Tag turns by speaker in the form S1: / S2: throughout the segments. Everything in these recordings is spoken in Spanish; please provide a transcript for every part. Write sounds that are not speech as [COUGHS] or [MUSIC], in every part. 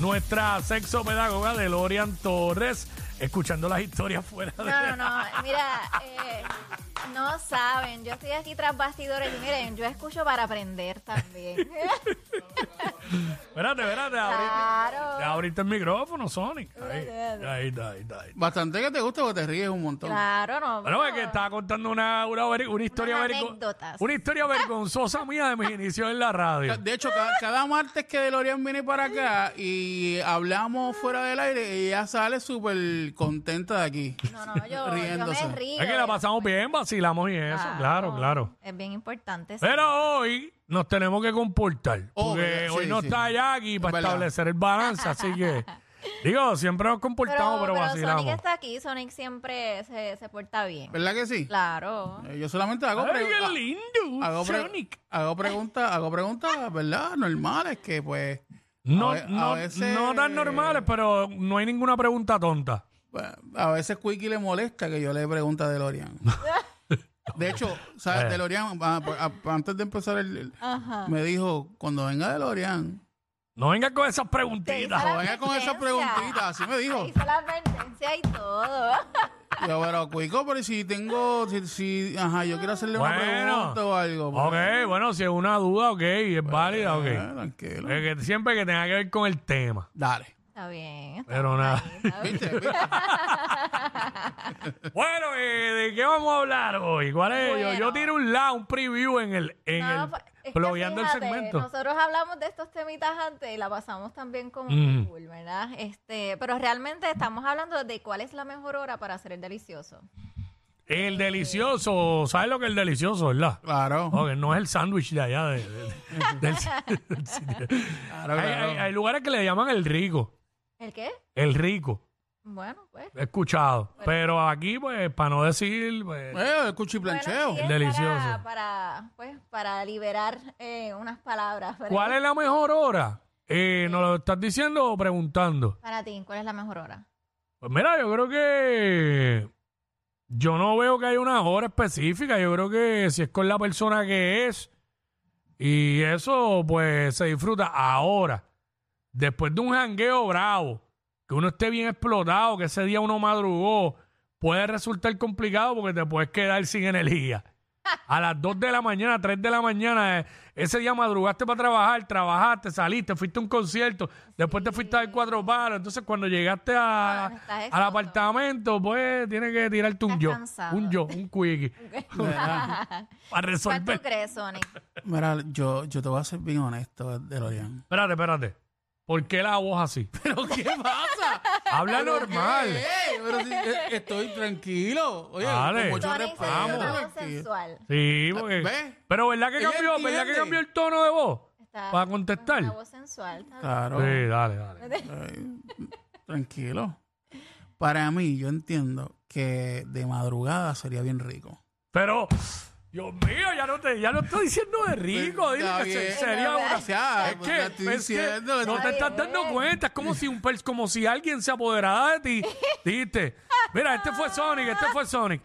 S1: Nuestra sexopedagoga de Lorian Torres, escuchando las historias fuera de.
S2: No, no, no. Mira, eh, no saben. Yo estoy aquí tras bastidores y miren, yo escucho para
S1: [LAUGHS]
S2: aprender también.
S1: Espérate, espérate,
S2: Ah.
S1: ahorita.
S2: Claro.
S1: Ahorita el micrófono, Sonic. Ahí, ahí está, ahí está. ahí está.
S3: Bastante que te gusta porque te ríes un montón.
S2: Claro, no.
S1: Bueno, es que estaba contando una, una, ver- una historia
S2: Unas
S1: vergo-
S2: anécdotas.
S1: una historia vergonzosa mía de mis inicios en la
S2: [LAUGHS]
S1: radio.
S3: De hecho, ca- cada, martes que DeLorean viene para acá y hablamos fuera del aire, ella sale súper contenta de aquí.
S2: No, no, yo, yo
S3: Riéndose.
S2: me río.
S1: Es que la pasamos bien, vacilamos y eso, claro, claro.
S2: Es bien importante. sí.
S1: Pero hoy nos tenemos que comportar.
S3: Oh,
S1: Porque
S3: verdad,
S1: hoy
S3: sí,
S1: no
S3: sí.
S1: está Jackie para
S3: verdad.
S1: establecer el balance, así
S2: [LAUGHS]
S1: que. Digo, siempre nos comportamos, pero, vacilamos.
S2: Sonic está aquí, Sonic siempre se, se porta bien.
S3: ¿Verdad que sí?
S2: Claro.
S3: Eh, Yo solamente hago,
S1: ¡Ay,
S3: pregu-
S1: qué
S3: ha-
S1: lindo!
S3: hago, pre-
S1: Sonic.
S3: hago preguntas, hago preguntas, ¿verdad? Normales que pues...
S1: No,
S3: a ve- a
S1: no,
S3: veces-
S1: no tan normales, pero no hay ninguna pregunta tonta.
S3: Bueno, pues, a veces Quickie le molesta que yo le pregunte a DeLorean. De hecho, ¿sabes?
S1: Eh.
S3: DeLorean, ah, pues, ah, antes de empezar, el, el- me dijo, cuando venga DeLorean,
S1: No venga con esas
S2: Te
S1: preguntitas.
S2: hice
S3: cuando venga con esas
S2: Advertencia.
S3: preguntitas, así me dijo.
S2: Hizo la advertencia y todo. [LAUGHS]
S3: Yo, pero Cuico, pero si tengo, si, si- ajá, yo quiero hacerle una
S1: Bueno.
S3: pregunta o algo. pues,
S1: Ok, bueno, si es una duda, ok, es válida, ok.
S3: eh, tranquilo.
S1: Es que siempre que tenga que ver con el tema.
S3: Dale.
S2: Está bien. está
S1: Pero nada.
S2: bien, está bien.
S3: ¿Viste?
S2: [LAUGHS]
S3: ¿Viste?
S1: Bueno, eh, ¿de qué vamos a hablar hoy? ¿Cuál es? Yo- Yo,
S2: Bueno.
S1: tiro un la, un preview en el, en
S2: No,
S1: el,
S2: pues, es que
S1: plogueando el
S2: fíjate,
S1: segmento.
S2: Nosotros hablamos de estos temitas antes y la pasamos también como
S1: Mm.
S2: cool, ¿verdad? Este, pero realmente estamos hablando de cuál es la mejor hora para hacer el delicioso.
S1: El delicioso, ¿sabes lo que es el delicioso, verdad?
S3: Claro.
S1: Ok, no es el sándwich de allá de- de- de- del, del sitio.
S3: Claro,
S1: Hay,
S3: claro.
S1: hay- hay lugares que le llaman el rico,
S2: ¿El qué?
S1: el rico,
S2: Bueno, pues.
S1: he escuchado. Pero aquí, pues, para no decir, pues,
S3: Eh, el
S2: Bueno,
S3: cuchiplancheo.
S2: sí, es
S1: Delicioso.
S2: Para, para, pues, para liberar eh, unas palabras. ¿verdad?
S1: ¿cuál es la mejor hora? Eh, ¿Nos lo estás diciendo o preguntando?
S2: Para ti, ¿cuál es la mejor hora?
S1: Pues mira, yo creo que yo no veo que haya una hora específica. Yo creo que si es con la persona que es y eso, pues se disfruta ahora. Después de un jangueo bravo, que uno esté bien explotado, que ese día uno madrugó, puede resultar complicado porque te puedes quedar sin energía. A las 2 de la mañana, 3 de la mañana, eh, ese día madrugaste para trabajar, trabajaste, saliste, fuiste a un concierto, después te fuiste a dar cuatro paros. Entonces, cuando llegaste a-
S2: Ah, estás
S1: al
S2: exhausto.
S1: apartamento, pues tienes que tirarte un
S2: Estás
S1: yo,
S2: cansado.
S1: un yo, un
S2: [LAUGHS]
S1: quickie, [LAUGHS] para
S2: ¿Cuál tú
S1: resolver.
S2: crees, Sonic?
S3: Mira, yo, yo te voy a ser bien honesto, DeLorean.
S1: Espérate, espérate. ¿Por qué la voz así?
S3: [LAUGHS]
S2: [LAUGHS]
S3: ¿Pero qué pasa?
S1: Habla normal.
S3: Eh, pero si, eh, estoy tranquilo. Oye,
S1: Dale.
S3: con mucho
S2: Sonic se hizo
S3: respeto.
S1: vamos.
S2: todo
S3: tranquilo.
S2: sensual.
S1: Sí, porque.
S3: ¿Ves?
S1: Pero ¿verdad que
S3: Ella
S1: cambió? ¿Verdad que
S3: entiende.
S1: cambió el tono de voz?
S2: Está-
S1: Para contestar.
S2: Una voz sensual. está bien.
S3: Claro.
S1: Sí, dale,
S2: [LAUGHS]
S1: dale.
S3: Tranquilo. Para mí, yo entiendo que de madrugada sería bien rico.
S1: Pero, Dios mío, ya no te, ya no estoy diciendo de rico. Dile
S3: Pues, Está
S1: que se-
S3: bien.
S1: sería una.
S3: O sea,
S1: Es
S3: pues,
S1: que,
S3: te estoy
S1: es que
S3: diciendo,
S1: no
S3: está
S1: te estás dando cuenta. Es como si, un, pers- como si alguien se apoderara de
S2: [LAUGHS]
S1: ti. Dijiste, mira, este fue Sonic, este fue Sonic.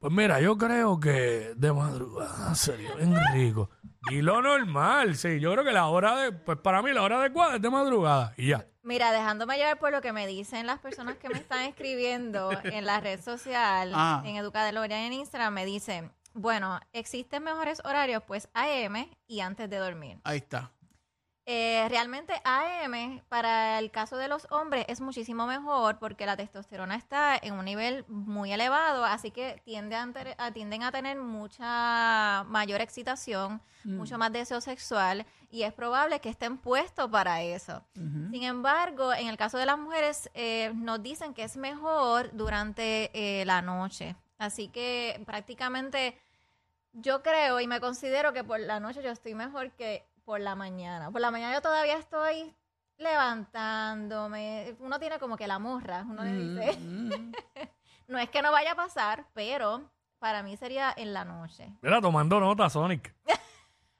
S1: Pues mira, yo creo que de madrugada sería bien rico. Y lo normal, sí. Yo creo que la hora de, pues para mí la hora adecuada es de madrugada. Y ya.
S2: Mira, dejándome llevar por lo que me dicen las personas que me están escribiendo en la red social,
S3: Ah.
S2: en Educa DeLorean en Instagram, me dicen, bueno, existen mejores horarios, pues AM y antes de dormir.
S3: Ahí está.
S2: Eh, realmente AM para el caso de los hombres es muchísimo mejor porque la testosterona está en un nivel muy elevado, así que tiende a enter- a- tienden a tener mucha mayor excitación,
S3: Mm.
S2: mucho más deseo sexual y es probable que estén puestos para eso. Sin embargo, en el caso de las mujeres eh, nos dicen que es mejor durante eh, la noche, así que prácticamente... Yo creo y me considero que por la noche yo estoy mejor que por la mañana. Por la mañana yo todavía estoy levantándome. Uno tiene como que la morra, uno le dice.
S3: Mm.
S2: [LAUGHS] no es que no vaya a pasar, pero para mí sería en la noche.
S1: Mira, tomando nota, Sonic.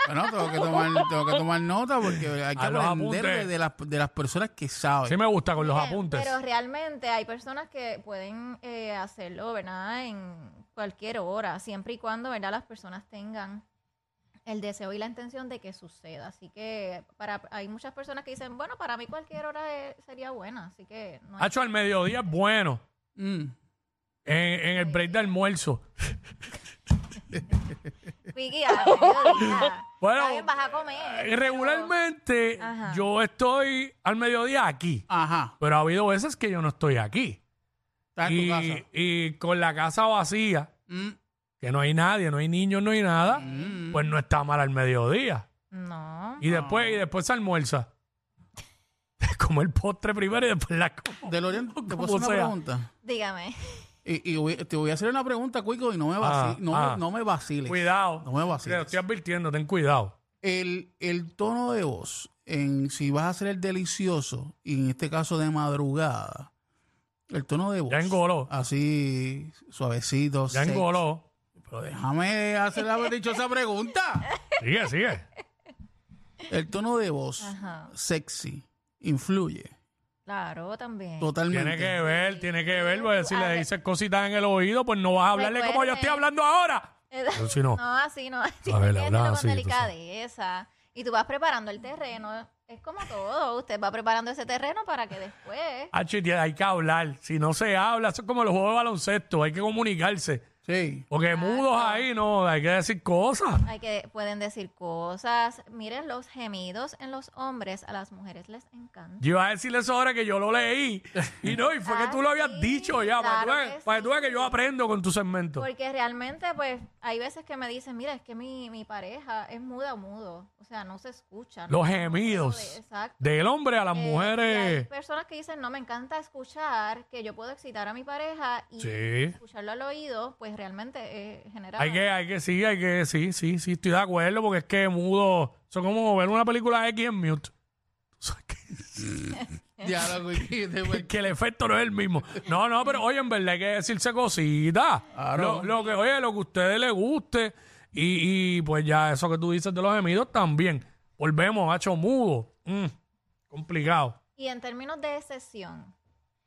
S3: Bueno, tengo que tomar, tengo que tomar nota porque hay que
S1: A Ah, los
S3: aprender de,
S1: apuntes.
S3: de las, de las personas que saben.
S1: Sí me gusta con los
S2: Bien,
S1: apuntes.
S2: Pero realmente hay personas que pueden eh, hacerlo, ¿verdad? En cualquier hora, siempre y cuando, ¿verdad? Las personas tengan el deseo y la intención de que suceda. Así que para hay muchas personas que dicen, bueno, para mí cualquier hora eh, sería buena. Así que no hay-
S1: Hacho, al mediodía es bueno.
S3: Mm.
S1: En, en el break de almuerzo.
S2: Vicky, al mediodía.
S1: [LAUGHS] Bueno,
S2: Está bien, vas a comer.
S1: Eh, Regularmente
S2: Ajá.
S1: yo estoy al mediodía aquí.
S3: Ajá.
S1: Pero ha habido veces que yo no estoy aquí.
S3: Estás
S1: y,
S3: en tu casa.
S1: y con la casa vacía,
S3: Mm.
S1: que no hay nadie, no hay niños, no hay nada,
S3: Mm.
S1: pues no está mal al mediodía.
S2: No.
S1: Y después, y después se almuerza. [LAUGHS] Como el postre primero y después la como.
S3: Mm. Delorian, te
S1: Como
S3: puedo hacer una
S1: sea.
S3: pregunta.
S2: Dígame.
S3: Y, y voy- te voy a hacer una pregunta, Cuico, y no me, vaci-
S1: Ah,
S3: no,
S1: ah.
S3: no me vaciles.
S1: Cuidado.
S3: No me
S1: Te lo
S3: vaciles.
S1: estoy advirtiendo, ten cuidado.
S3: El, el tono de voz, en si vas a hacer el delicioso, y en este caso de madrugada, el tono de voz.
S1: Ya engoló.
S3: Así, suavecito.
S1: Ya
S3: sexy.
S1: engoló.
S3: Pero déjame hacer la dichosa pregunta.
S1: Sigue,
S3: [LAUGHS]
S1: sigue.
S3: El tono de voz
S2: Ajá.
S3: sexy influye
S2: Claro, también.
S3: totalmente.
S1: Tiene que ver, tiene que ver, porque si
S2: A
S1: le
S2: ver.
S1: dices cositas en el oído, pues no vas a hablarle como yo
S2: Recuerde.
S1: estoy hablando ahora.
S2: Eh, [LAUGHS]
S1: Pero si [LAUGHS] no.
S2: No, así no. [LAUGHS] Tienes
S1: ver,
S2: que
S1: la
S2: hacerlo
S1: verdad,
S2: con
S1: sí, tú
S2: delicadeza. Y tú vas preparando el terreno. Es como todo. Usted va preparando ese terreno para que después.
S1: Ah, chiti, hay que hablar. Si no se habla, eso es como los juegos de baloncesto, hay que comunicarse.
S3: Sí.
S1: Porque mudos ahí, no, hay que decir cosas.
S2: Hay que pueden decir cosas. Miren los gemidos en los hombres. A las mujeres les encanta.
S1: Yo iba a decirle eso ahora que yo lo leí. Y no, y fue que
S2: Ah,
S1: tú lo habías
S2: sí,
S1: dicho ya, para que tú
S2: claro
S1: veas-
S2: que
S1: para que tú veas
S2: sí.
S1: que yo aprendo con tu segmento.
S2: Porque realmente, pues, hay veces que me dicen, mira, es que mi, mi pareja es muda o mudo. O sea, no se escucha. ¿no?
S1: Los
S2: De-
S1: gemidos
S2: Exacto.
S1: del hombre a las
S2: Eh, y hay
S1: mujeres.
S2: personas que dicen, no, me encanta escuchar, que yo puedo excitar a mi pareja y
S1: Sí.
S2: escucharlo al oído, pues realmente eh, genera...
S1: Hay que, hay que, sí, hay que, sí, sí, sí, estoy de acuerdo, porque es que mudo. Son como ver una película X en mute. [LAUGHS] O sea, que-
S3: Ya lo pues. Cuiqui,
S1: [LAUGHS]
S3: te voy-
S1: que el efecto no es el mismo. No, no, pero oye, en verdad hay que decirse cositas.
S3: Claro.
S1: Lo, lo que, oye, lo que a ustedes les guste. Y, y, pues ya eso que tú dices de los gemidos también. Volvemos, hacho mudo. Mm, complicado.
S2: Y en términos de sesión,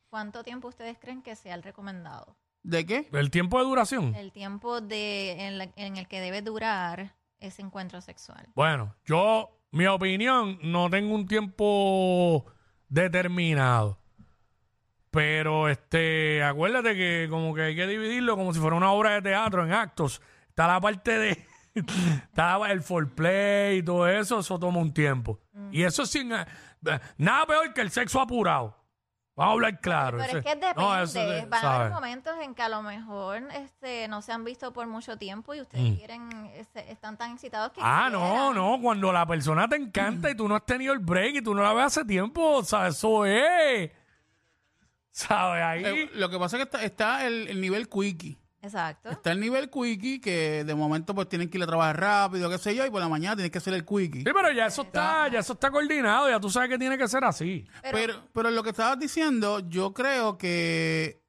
S2: ¿cuánto tiempo ustedes creen que sea el recomendado?
S3: ¿De qué?
S1: El tiempo de duración.
S2: El tiempo de en, la- en el que debe durar ese encuentro sexual.
S1: Bueno, yo, mi opinión, no tengo un tiempo determinado. Pero este, acuérdate que como que hay que dividirlo como si fuera una obra de teatro en actos. Está la parte de [LAUGHS] está la- el foreplay y todo eso, eso toma un tiempo.
S2: Mm.
S1: Y eso sin eh, nada peor que el sexo apurado. Vamos a hablar claro.
S2: Pero
S1: Ese-
S2: es que depende,
S1: no, eso de-
S2: van a haber
S1: ¿sabes?
S2: momentos en que a lo mejor este, no se han visto por mucho tiempo y ustedes quieren, este, están tan excitados que...
S1: Mm. Ah, no,
S2: quieran.
S1: no, cuando la persona te encanta y tú no has tenido el break y tú no la ves hace tiempo, o sea, eso es. ¿Sabes?
S3: Eh,
S1: Ahí.
S3: lo que pasa es que está, está el, el nivel quickie.
S2: Exacto.
S3: Está el nivel quickie que de momento pues tienen que ir a trabajar rápido, qué sé yo, y por la mañana tienes que hacer el quickie.
S1: Sí, pero ya eso está, ya eso está coordinado, ya tú sabes que tiene que ser así.
S2: Pero-
S3: Pero, pero, lo que estabas diciendo, yo creo que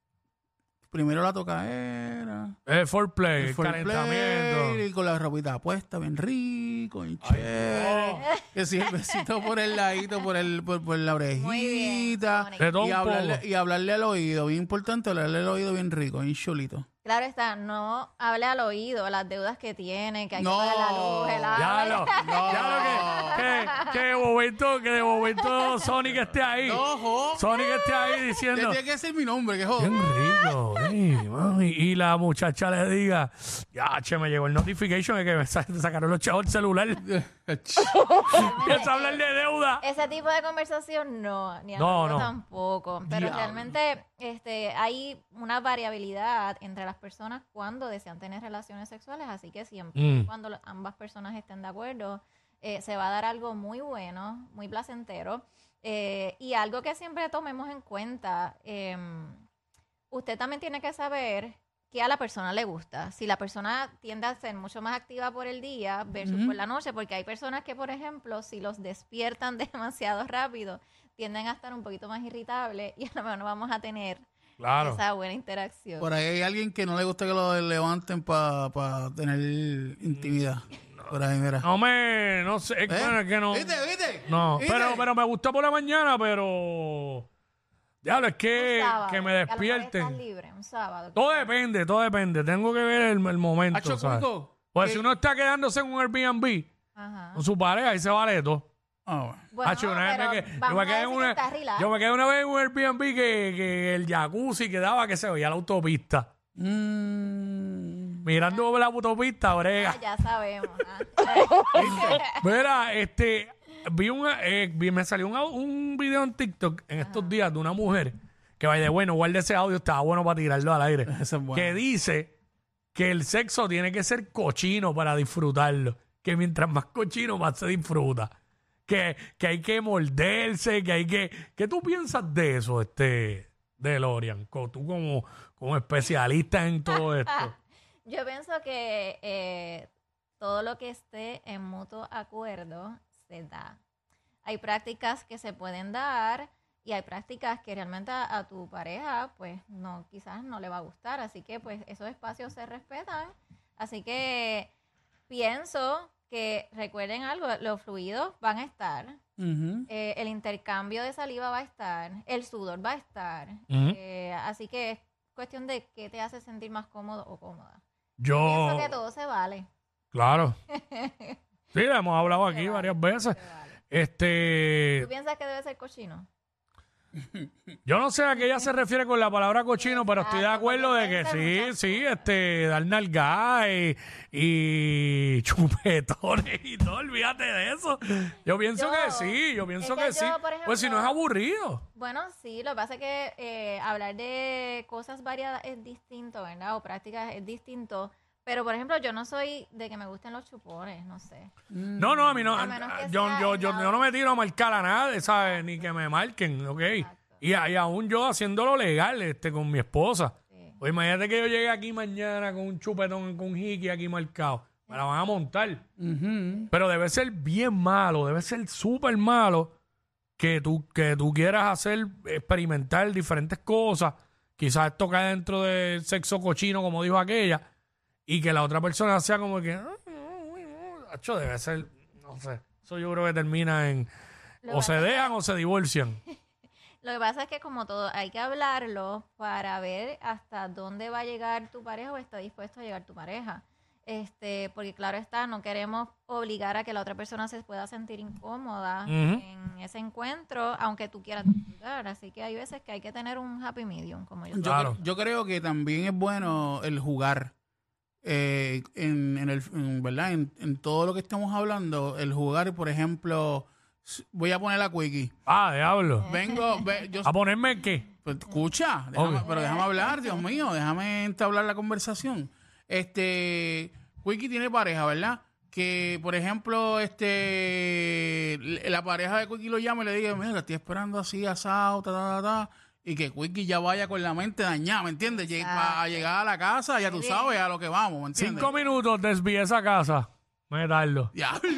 S3: primero la tocaera,
S1: El foreplay,
S3: el
S1: el
S3: foreplay,
S1: calentamiento.
S3: y con la ropita puesta, bien rico, bien chévere.
S1: Oh,
S3: Que si el besito por el ladito, por el, por, por la
S2: Muy bien,
S3: orejita.
S2: Mónica.
S1: De todo
S3: Y
S1: un poco.
S3: hablarle, y hablarle al oído, bien importante, hablarle al oído bien rico, bien chulito.
S2: Claro está, no hable al oído las deudas que tiene, que hay
S3: No.
S2: que pagar la luz, el
S1: Ya
S2: agua. [LAUGHS]
S1: lo, ya lo que, que, que de momento, que de momento Sonic esté ahí.
S3: ¡Ojo!
S1: Sonic esté ahí
S3: Ya
S1: diciendo.
S3: Tiene que decir mi nombre, que joder.
S1: Bien rico, ey, mami. Y la muchacha le diga, ya, che, me llegó el notification de que me sa- sacaron los chavos del celular. [LAUGHS] Empieza a hablar de deuda.
S2: Ese tipo de conversación no, ni al
S1: No,
S2: oído
S1: no.
S2: tampoco. Pero
S3: Diablo.
S2: realmente este, hay una variabilidad entre las personas cuando desean tener relaciones sexuales, así que siempre y
S1: Mm.
S2: cuando lo- ambas personas estén de acuerdo, eh, se va a dar algo muy bueno, muy placentero. Eh, y algo que siempre tomemos en cuenta, em, usted también tiene que saber qué a la persona le gusta. Si la persona tiende a ser mucho más activa por el día versus por la noche, porque hay personas que, por ejemplo, si los despiertan [LAUGHS] demasiado rápido, tienden a estar un poquito más irritables y a lo mejor no vamos a tener
S1: Claro.
S2: esa buena interacción.
S3: [LAUGHS] Por ahí hay alguien que no le gusta que lo levanten para tener intimidad. Por ahí, mira.
S1: No me, no sé, es que-
S3: ¿Eh?
S1: es que no.
S3: ¿Viste, viste?
S1: No,
S3: ¿Viste?
S1: pero, pero me gustó por la mañana, pero. Diablo, es que,
S2: Un sábado,
S1: que me
S2: a lo mejor estás
S1: despierten.
S2: libre, un sábado.
S1: Todo depende, todo depende. Tengo que ver el, el momento.
S3: Hacho,
S1: ¿sabes?
S3: Cuico,
S1: Pues
S3: ¿qué?
S1: si uno está quedándose en un Airbnb
S2: Ajá.
S1: con su pareja, ahí se vale todo.
S3: Ah, bueno.
S2: Bueno,
S1: Hacho, una vez
S2: Pues, pero
S1: me que- yo,
S2: vamos
S1: me
S2: a
S1: quedé en
S2: decir que
S1: una,
S2: estás relax.
S1: yo me quedé una vez en un Airbnb que, que el jacuzzi quedaba que se veía la autopista.
S3: Mm.
S1: Mirando la autopista, brega.
S2: Ah, ya sabemos. ah.
S1: Mira, este, vi una, eh, vi- me salió un, au- un video en TikTok en estos días de una mujer que vaya de bueno, guarda ese audio, estaba bueno para tirarlo al
S3: [LAUGHS]
S1: aire.
S3: Ese es bueno.
S1: Que dice que el sexo tiene que ser cochino para disfrutarlo. Que mientras más cochino, más se disfruta. Que, que hay que morderse, que hay que. ¿Qué tú piensas de eso, este, de Lorian? Co- Tú como, como especialista en todo [LAUGHS]
S2: [LAUGHS]
S1: esto.
S2: ah. Yo pienso que eh, todo lo que esté en mutuo acuerdo se da. Hay prácticas que se pueden dar y hay prácticas que realmente a, a tu pareja, pues no, quizás no le va a gustar. Así que, pues, esos espacios se respetan. Así que pienso que recuerden algo: los fluidos van a estar,
S3: Ujú.
S2: eh, el intercambio de saliva va a estar, el sudor va a estar.
S1: Ujú.
S2: Eh, así que es cuestión de qué te hace sentir más cómodo o cómoda.
S1: Yo.
S2: Pienso que todo se vale. [LAUGHS]
S1: Claro. Sí, la hemos hablado aquí varias veces.
S2: se vale.
S1: Este,
S2: ¿Tú piensas que debe ser cochino?
S1: yo no sé a qué ella se refiere con la palabra cochino, pero estoy de
S2: Exacto,
S1: acuerdo de que
S2: porque piensa en
S1: sí,
S2: muchas
S1: sí, este, dar nalgada y, y chupetones y todo, olvídate de eso. Yo pienso
S2: Yo-
S1: que sí, yo pienso
S2: es
S1: que,
S2: que
S1: sí.
S2: yo, por
S1: pues si no es
S2: ejemplo-
S1: aburrido.
S2: Bueno, sí, lo que pasa es que eh, hablar de cosas variadas es distinto, ¿verdad? O prácticas es distinto. Pero, por ejemplo, yo no soy de que me gusten los chupones, no sé.
S1: No, no, a mí no.
S2: A menos que
S1: yo,
S2: sea
S1: yo,
S2: en
S1: yo,
S2: la-
S1: yo no me tiro a marcar a nadie, ¿sabes? Ni que me marquen, ¿ok? Y, a- y aún yo haciéndolo legal este, con mi esposa.
S2: Sí.
S1: Pues imagínate que yo llegue aquí mañana con un chupetón, con un jiqui aquí marcado. Me la van a montar.
S3: Ujú.
S1: Pero debe ser bien malo, debe ser súper malo que tú, que tú quieras hacer, experimentar diferentes cosas. Quizás esto cae dentro del sexo cochino, como dijo aquella, y que la otra persona sea como que. "Ah, uy, uy". Acho, debe ser, no sé. Eso yo creo que termina en.
S2: Lo
S1: O
S2: que
S1: se
S2: pasa es
S1: dejan o se divorcian.
S2: Lo que pasa es que como todo hay que hablarlo para ver hasta dónde va a llegar tu pareja o está dispuesto a llegar tu pareja. Este, porque claro está, no queremos obligar a que la otra persona se pueda sentir incómoda
S1: Ujú.
S2: en ese encuentro, aunque tú quieras disfrutar. Así que hay veces que hay que tener un happy medium, como yo
S3: Yo,
S1: Claro.
S3: cre- yo creo que también es bueno el jugar. eh, en, en el, en- ¿verdad? En, en todo lo que estamos hablando, el jugar, por ejemplo, s- voy a poner la Quickie.
S1: Ah, diablo.
S3: Vengo, ve- yo,
S1: ¿A ponerme qué?
S3: Pues, escucha, déjame- pero déjame hablar, Dios mío, déjame entablar la conversación. Este, Wiki tiene pareja, ¿verdad? Que, por ejemplo, este, le- la pareja de Wiki lo llama y le diga, mira, la estoy esperando así, asado, ta, ta, ta, ta", Y que Wiki ya vaya con la mente dañada, ¿me entiendes? Lleg- Para llegar a la casa, ya tú sabes a lo que vamos, ¿me entiendes?
S1: Cinco minutos desvié esa casa. Me tardo.
S3: Diablo,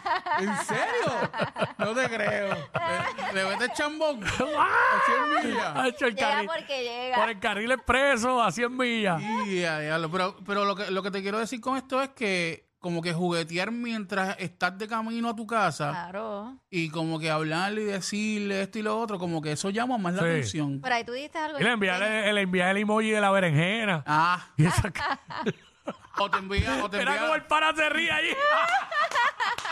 S3: [LAUGHS] ¿en serio? No te creo. [LAUGHS] Le, le vete el [LAUGHS] chambón. Así es mía.
S1: Ha hecho el
S2: Llega
S1: carril.
S2: porque llega.
S1: Por el carril expreso, a 100 millas.
S3: Y a diablo, Pero, pero lo, que, lo que te quiero decir con esto es que como que juguetear mientras estás de camino a tu
S2: Ah.
S3: casa
S2: Claro.
S3: y como que hablarle y decirle esto y lo otro, como que eso llama más la
S1: Sí.
S3: atención.
S2: Por ahí tú diste algo.
S1: Y le envié el, le envié el emoji de la berenjena.
S3: Ah,
S1: Y esa ca-
S3: o te envía, o te
S1: Era como el
S3: envía,
S1: pana se ríe allí.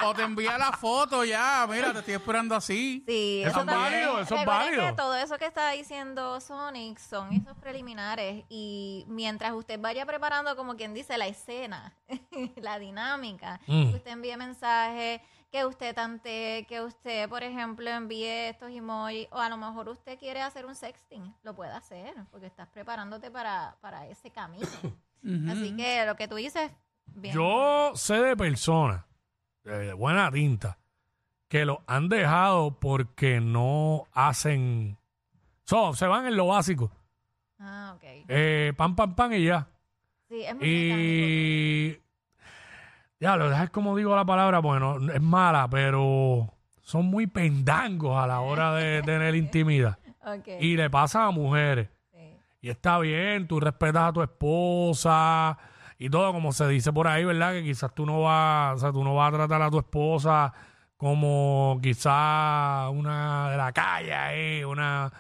S3: o te envía la foto ya, mira, te estoy esperando así.
S2: Sí,
S1: Eso es
S2: también.
S1: válido, eso es
S2: Recuerden que
S1: válido.
S2: todo eso que está diciendo Sonic son esos preliminares y mientras usted vaya preparando, como quien dice, la escena, [LAUGHS] la dinámica,
S1: Mm.
S2: que usted envíe mensajes, que usted tante, que usted, por ejemplo, envíe estos emojis o a lo mejor usted quiere hacer un sexting, lo puede hacer porque estás preparándote para, para
S1: [COUGHS]
S2: ese camino. Así que lo que tú dices, bien.
S1: Yo sé de personas eh, de buena tinta que lo han dejado porque no hacen. So, se van en lo básico.
S2: Ah, ok.
S1: Eh, pan, pan, pan y ya.
S2: Sí, es muy
S1: Y.
S2: mecánico.
S1: Ya, lo dejas como digo la palabra, bueno, es mala, pero. son muy pendangos a la hora de tener intimidad.
S2: Ok.
S1: Y le pasa a mujeres.
S2: sí.
S1: Y está bien, tú respetas a tu esposa y todo, como se dice por ahí, ¿verdad? Que quizás tú no vas, o sea, tú no vas a tratar a tu esposa como quizás una de la calle, ¿eh? una...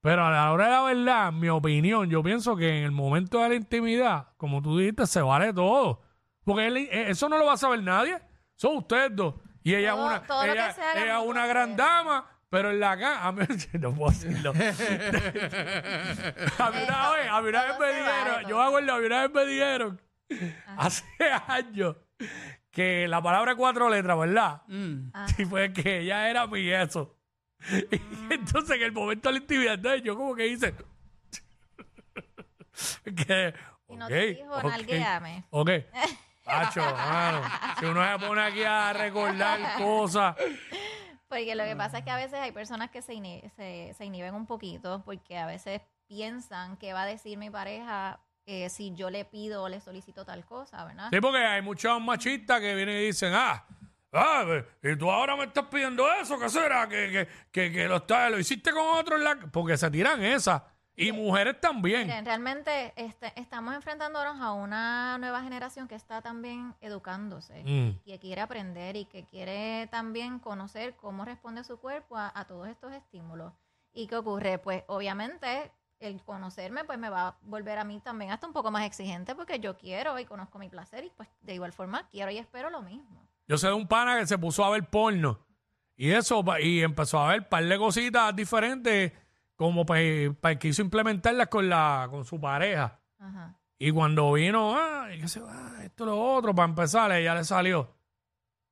S1: Pero a la hora de la verdad, en mi opinión, yo pienso que en el momento de la intimidad, como tú dijiste, se vale todo. Porque él- eh, eso no lo va a saber nadie. Son ustedes dos. Y ella es
S2: Todo-
S1: una,
S2: todo lo que
S1: ella-
S2: se haga
S1: ella es
S2: junto
S1: una
S2: a
S1: gran
S2: ustedes.
S1: dama, pero en la [LAUGHS] cama... No puedo decirlo. A mí una vez, a mí una vez me
S2: Todo se vale,
S1: dijeron,
S2: todo.
S1: yo me acuerdo, a mí una vez me dijeron, hace años, que la palabra cuatro letras, ¿verdad?
S3: Mm.
S1: Sí, fue que ella era mi eso. Y
S2: Ah.
S1: entonces en el momento de la intimidad, entonces yo como que hice... que,
S2: Y no te
S1: ok,
S2: dijo,
S1: ok,
S2: "Nalguéame".
S1: Ok. Pacho, mano, si uno se pone aquí a recordar cosas...
S2: Porque lo que pasa es que a veces hay personas que se, ini- se, se inhiben un poquito porque a veces piensan que va a decir mi pareja eh, si yo le pido o le solicito tal cosa, ¿verdad?
S1: Sí, porque hay muchos machistas que vienen y dicen, ah, ah, y tú ahora me estás pidiendo eso, ¿qué será? Que, que, que, que lo, está, lo hiciste con otro en la... Porque se tiran esas. Y mujeres también.
S2: Miren, realmente este, estamos enfrentándonos a una nueva generación que está también educándose,
S1: Mm.
S2: que quiere aprender y que quiere también conocer cómo responde su cuerpo a, a todos estos estímulos. ¿Y qué ocurre? Pues obviamente el conocerme pues me va a volver a mí también hasta un poco más exigente porque yo quiero y conozco mi placer y pues de igual forma quiero y espero lo mismo.
S1: Yo sé de un pana que se puso a ver porno. Y eso, pa- y empezó a ver un par de cositas diferentes, como para quiso implementarlas con, la, con su pareja.
S2: Ajá.
S1: Y cuando vino, ah, y qué sé yo, ah, esto lo otro, para empezar, ella le salió.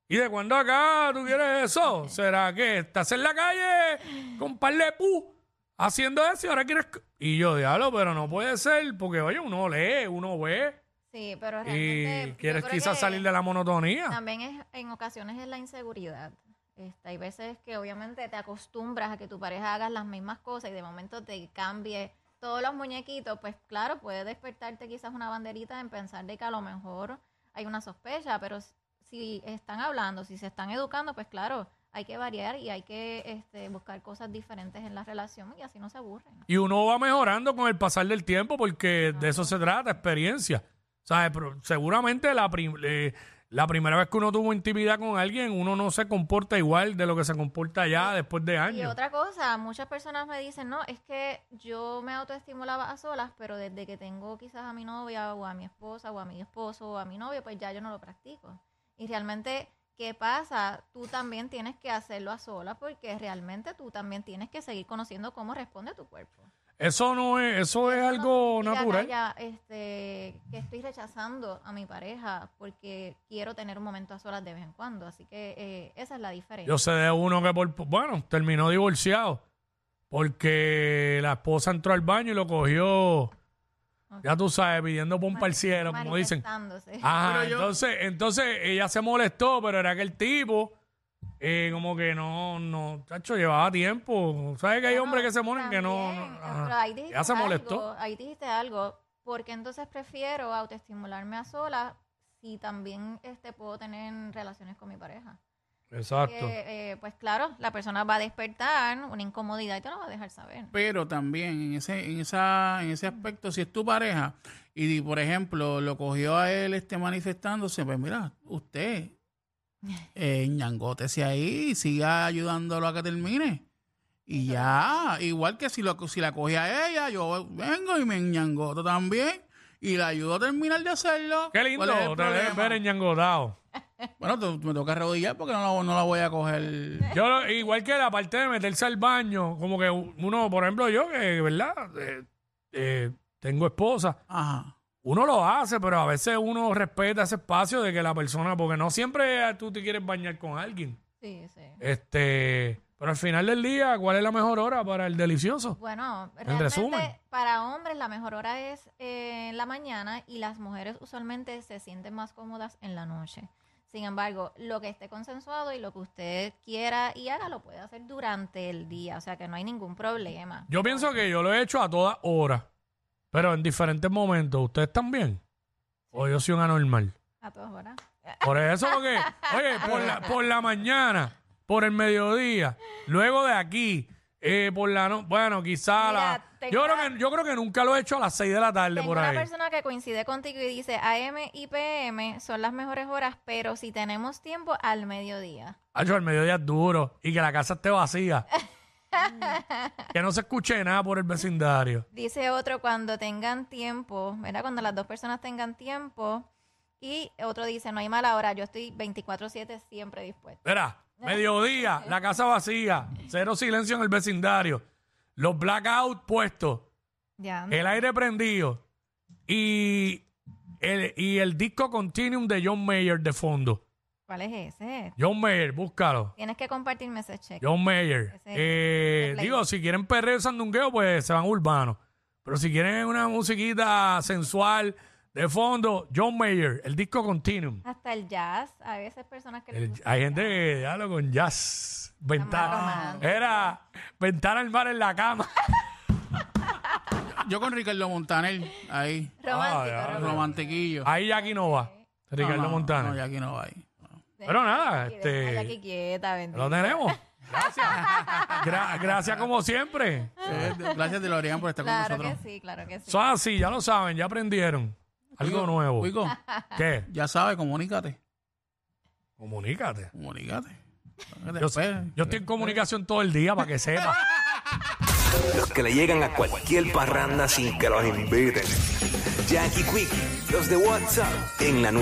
S1: ¿Y de cuándo acá tú quieres eso? ¿Será que estás en la calle con par de pu haciendo eso y ahora quieres... c-? Y yo, diablo, pero no puede ser, porque oye, uno lee, uno ve
S2: Sí, pero realmente...
S1: y
S2: yo
S1: quieres
S2: creo
S1: quizás
S2: que-
S1: salir de la monotonía.
S2: También es, en ocasiones es la inseguridad. Este, hay veces que obviamente te acostumbras a que tu pareja haga las mismas cosas y de momento te cambie todos los muñequitos, pues claro, puede despertarte quizás una banderita en pensar de que a lo mejor hay una sospecha, pero s- si están hablando, si se están educando, pues claro, hay que variar y hay que este, buscar cosas diferentes en la relación y así no se aburren.
S1: Y uno va mejorando con el pasar del tiempo porque de eso se trata, experiencia. ¿Sabes? Pero seguramente la, prim- eh, la primera vez que uno tuvo intimidad con alguien, uno no se comporta igual de lo que se comporta ya después de
S2: Y
S1: años.
S2: otra cosa, muchas personas me dicen, no, es que yo me autoestimulaba a solas, pero desde que tengo quizás a mi novia o a mi esposa o a mi esposo o a mi novio, pues ya yo no lo practico. Y realmente, ¿qué pasa? Tú también tienes que hacerlo a solas porque realmente tú también tienes que seguir conociendo cómo responde tu cuerpo.
S1: Eso no es, eso es
S2: Eso no
S1: algo
S2: significa,
S1: natural.
S2: "Calla, este, que estoy rechazando a mi pareja porque quiero tener un momento a solas de vez en cuando. Así que eh, esa es la diferencia.
S1: Yo sé de uno que, por, bueno, terminó divorciado porque la esposa entró al baño y lo cogió, ya tú sabes, pidiendo pompa al cielo, como dicen. "Ah,
S2: Manifestándose.
S1: Ajá,
S3: Pero yo-
S1: entonces, entonces ella se molestó, pero era que el tipo, eh, como que no, no, chacho, llevaba tiempo. ¿Sabes que hay
S2: Bueno,
S1: hombres que se mueren que no?
S2: también,
S1: no,
S2: pero
S1: ajá.
S2: ahí dijiste
S1: Ya se molestó.
S2: Algo, ahí dijiste algo. Porque entonces prefiero autoestimularme a sola si también este, puedo tener relaciones con mi pareja.
S1: Exacto.
S2: Que, eh, pues claro, la persona va a despertar una incomodidad y te lo va a dejar saber.
S3: Pero también en ese, en esa, en ese aspecto, si es tu pareja y por ejemplo lo cogió a él este manifestándose, pues mira, usted eh, ñangótese ahí y siga ayudándolo a que termine. Y ya, igual que si, lo, si la cogí a ella, yo vengo y me ñangoto también y la ayudo a terminar de hacerlo.
S1: Qué
S3: ¿Cuál es el
S1: lindo, te debes
S3: problema?
S1: ver enñangodado.
S3: Bueno, te- me toca arrodillar porque no la, no la voy a coger.
S1: Yo, lo- igual que la parte de meterse al baño, como que uno, por ejemplo, yo, que, ¿verdad? Eh, eh, tengo esposa.
S3: Ajá.
S1: Uno lo hace, pero a veces uno respeta ese espacio de que la persona, porque no siempre eh, tú te quieres bañar con alguien.
S2: Sí, sí.
S1: Este, pero al final del día, ¿cuál es la mejor hora para el delicioso?
S2: Bueno, realmente
S1: resumen.
S2: para hombres la mejor hora es eh, en la mañana y las mujeres usualmente se sienten más cómodas en la noche. Sin embargo, lo que esté consensuado y lo que usted quiera y haga lo puede hacer durante el día, o sea que no hay ningún problema.
S1: Yo pienso que yo lo he hecho a todas horas, pero en diferentes momentos. ¿Ustedes también? O yo soy un anormal.
S2: A todas horas.
S1: Por eso, porque, oye, por la, por la mañana, por el mediodía, luego de aquí, eh, por la no- bueno, quizá a la-
S2: Mira, tengo
S1: yo, creo
S2: una-
S1: que, yo creo que nunca lo he hecho a las 6 de la tarde
S2: Tengo
S1: por
S2: una
S1: ahí.
S2: persona que coincide contigo y dice AM y PM son las mejores horas, pero si tenemos tiempo al mediodía.
S1: Hacho, el mediodía es duro y que la casa esté
S2: [LAUGHS]
S1: vacía. que no se escuche nada por el vecindario.
S2: Dice otro cuando tengan tiempo, ¿verdad? Cuando las dos personas tengan tiempo. Y otro dice, no hay mala hora, yo estoy 24/7 siempre dispuesto.
S1: Verá, mediodía, la casa vacía, cero silencio en el vecindario, los blackouts puestos,
S2: Ya.
S1: el aire prendido y el, y el disco Continuum de John Mayer de fondo.
S2: ¿Cuál es ese?
S1: John Mayer, búscalo.
S2: Tienes que compartirme ese cheque.
S1: John Mayer.
S2: Ese-
S1: Eh,
S2: ese play.
S1: digo, si quieren perreo y sandungueo, pues se van urbanos. Pero si quieren una musiquita sensual de fondo, John Mayer, el disco Continuum.
S2: Hasta el jazz, a veces personas que les
S1: El-
S2: gusta
S1: hay
S2: el
S1: gente que diablo con jazz. Ventana.
S2: romántico.
S1: Era ventana al mar en la cama.
S3: Yo con Ricardo Montaner, ahí,
S1: [LAUGHS]
S2: jazz. Romántico,
S1: Ah, ya,
S2: romántico.
S3: romantiquillo.
S1: Ahí Jackie no va. Ricardo
S3: No, no,
S1: Montana.
S3: No, ya aquí no va ahí.
S1: Pero nada,
S2: Y deja
S1: este-
S2: ya que quieta, bendito.
S1: Lo tenemos. Gracias. Gra- gracias como siempre.
S3: Eh, Gracias, Delorean, por estar
S2: Claro
S3: con
S2: que
S3: nosotros.
S2: sí, claro que sí.
S1: Son así, ya lo saben, ya aprendieron. Algo
S3: Cuico,
S1: nuevo.
S3: Cuico,
S1: ¿Qué?
S3: ya sabes, comunícate.
S1: Comunícate.
S3: Comunícate.
S1: Yo, yo estoy en comunicación todo el día para que sepa.
S4: Los que le llegan a cualquier parranda sin que los inviten. Jackie Quickie, los de WhatsApp en la nueva.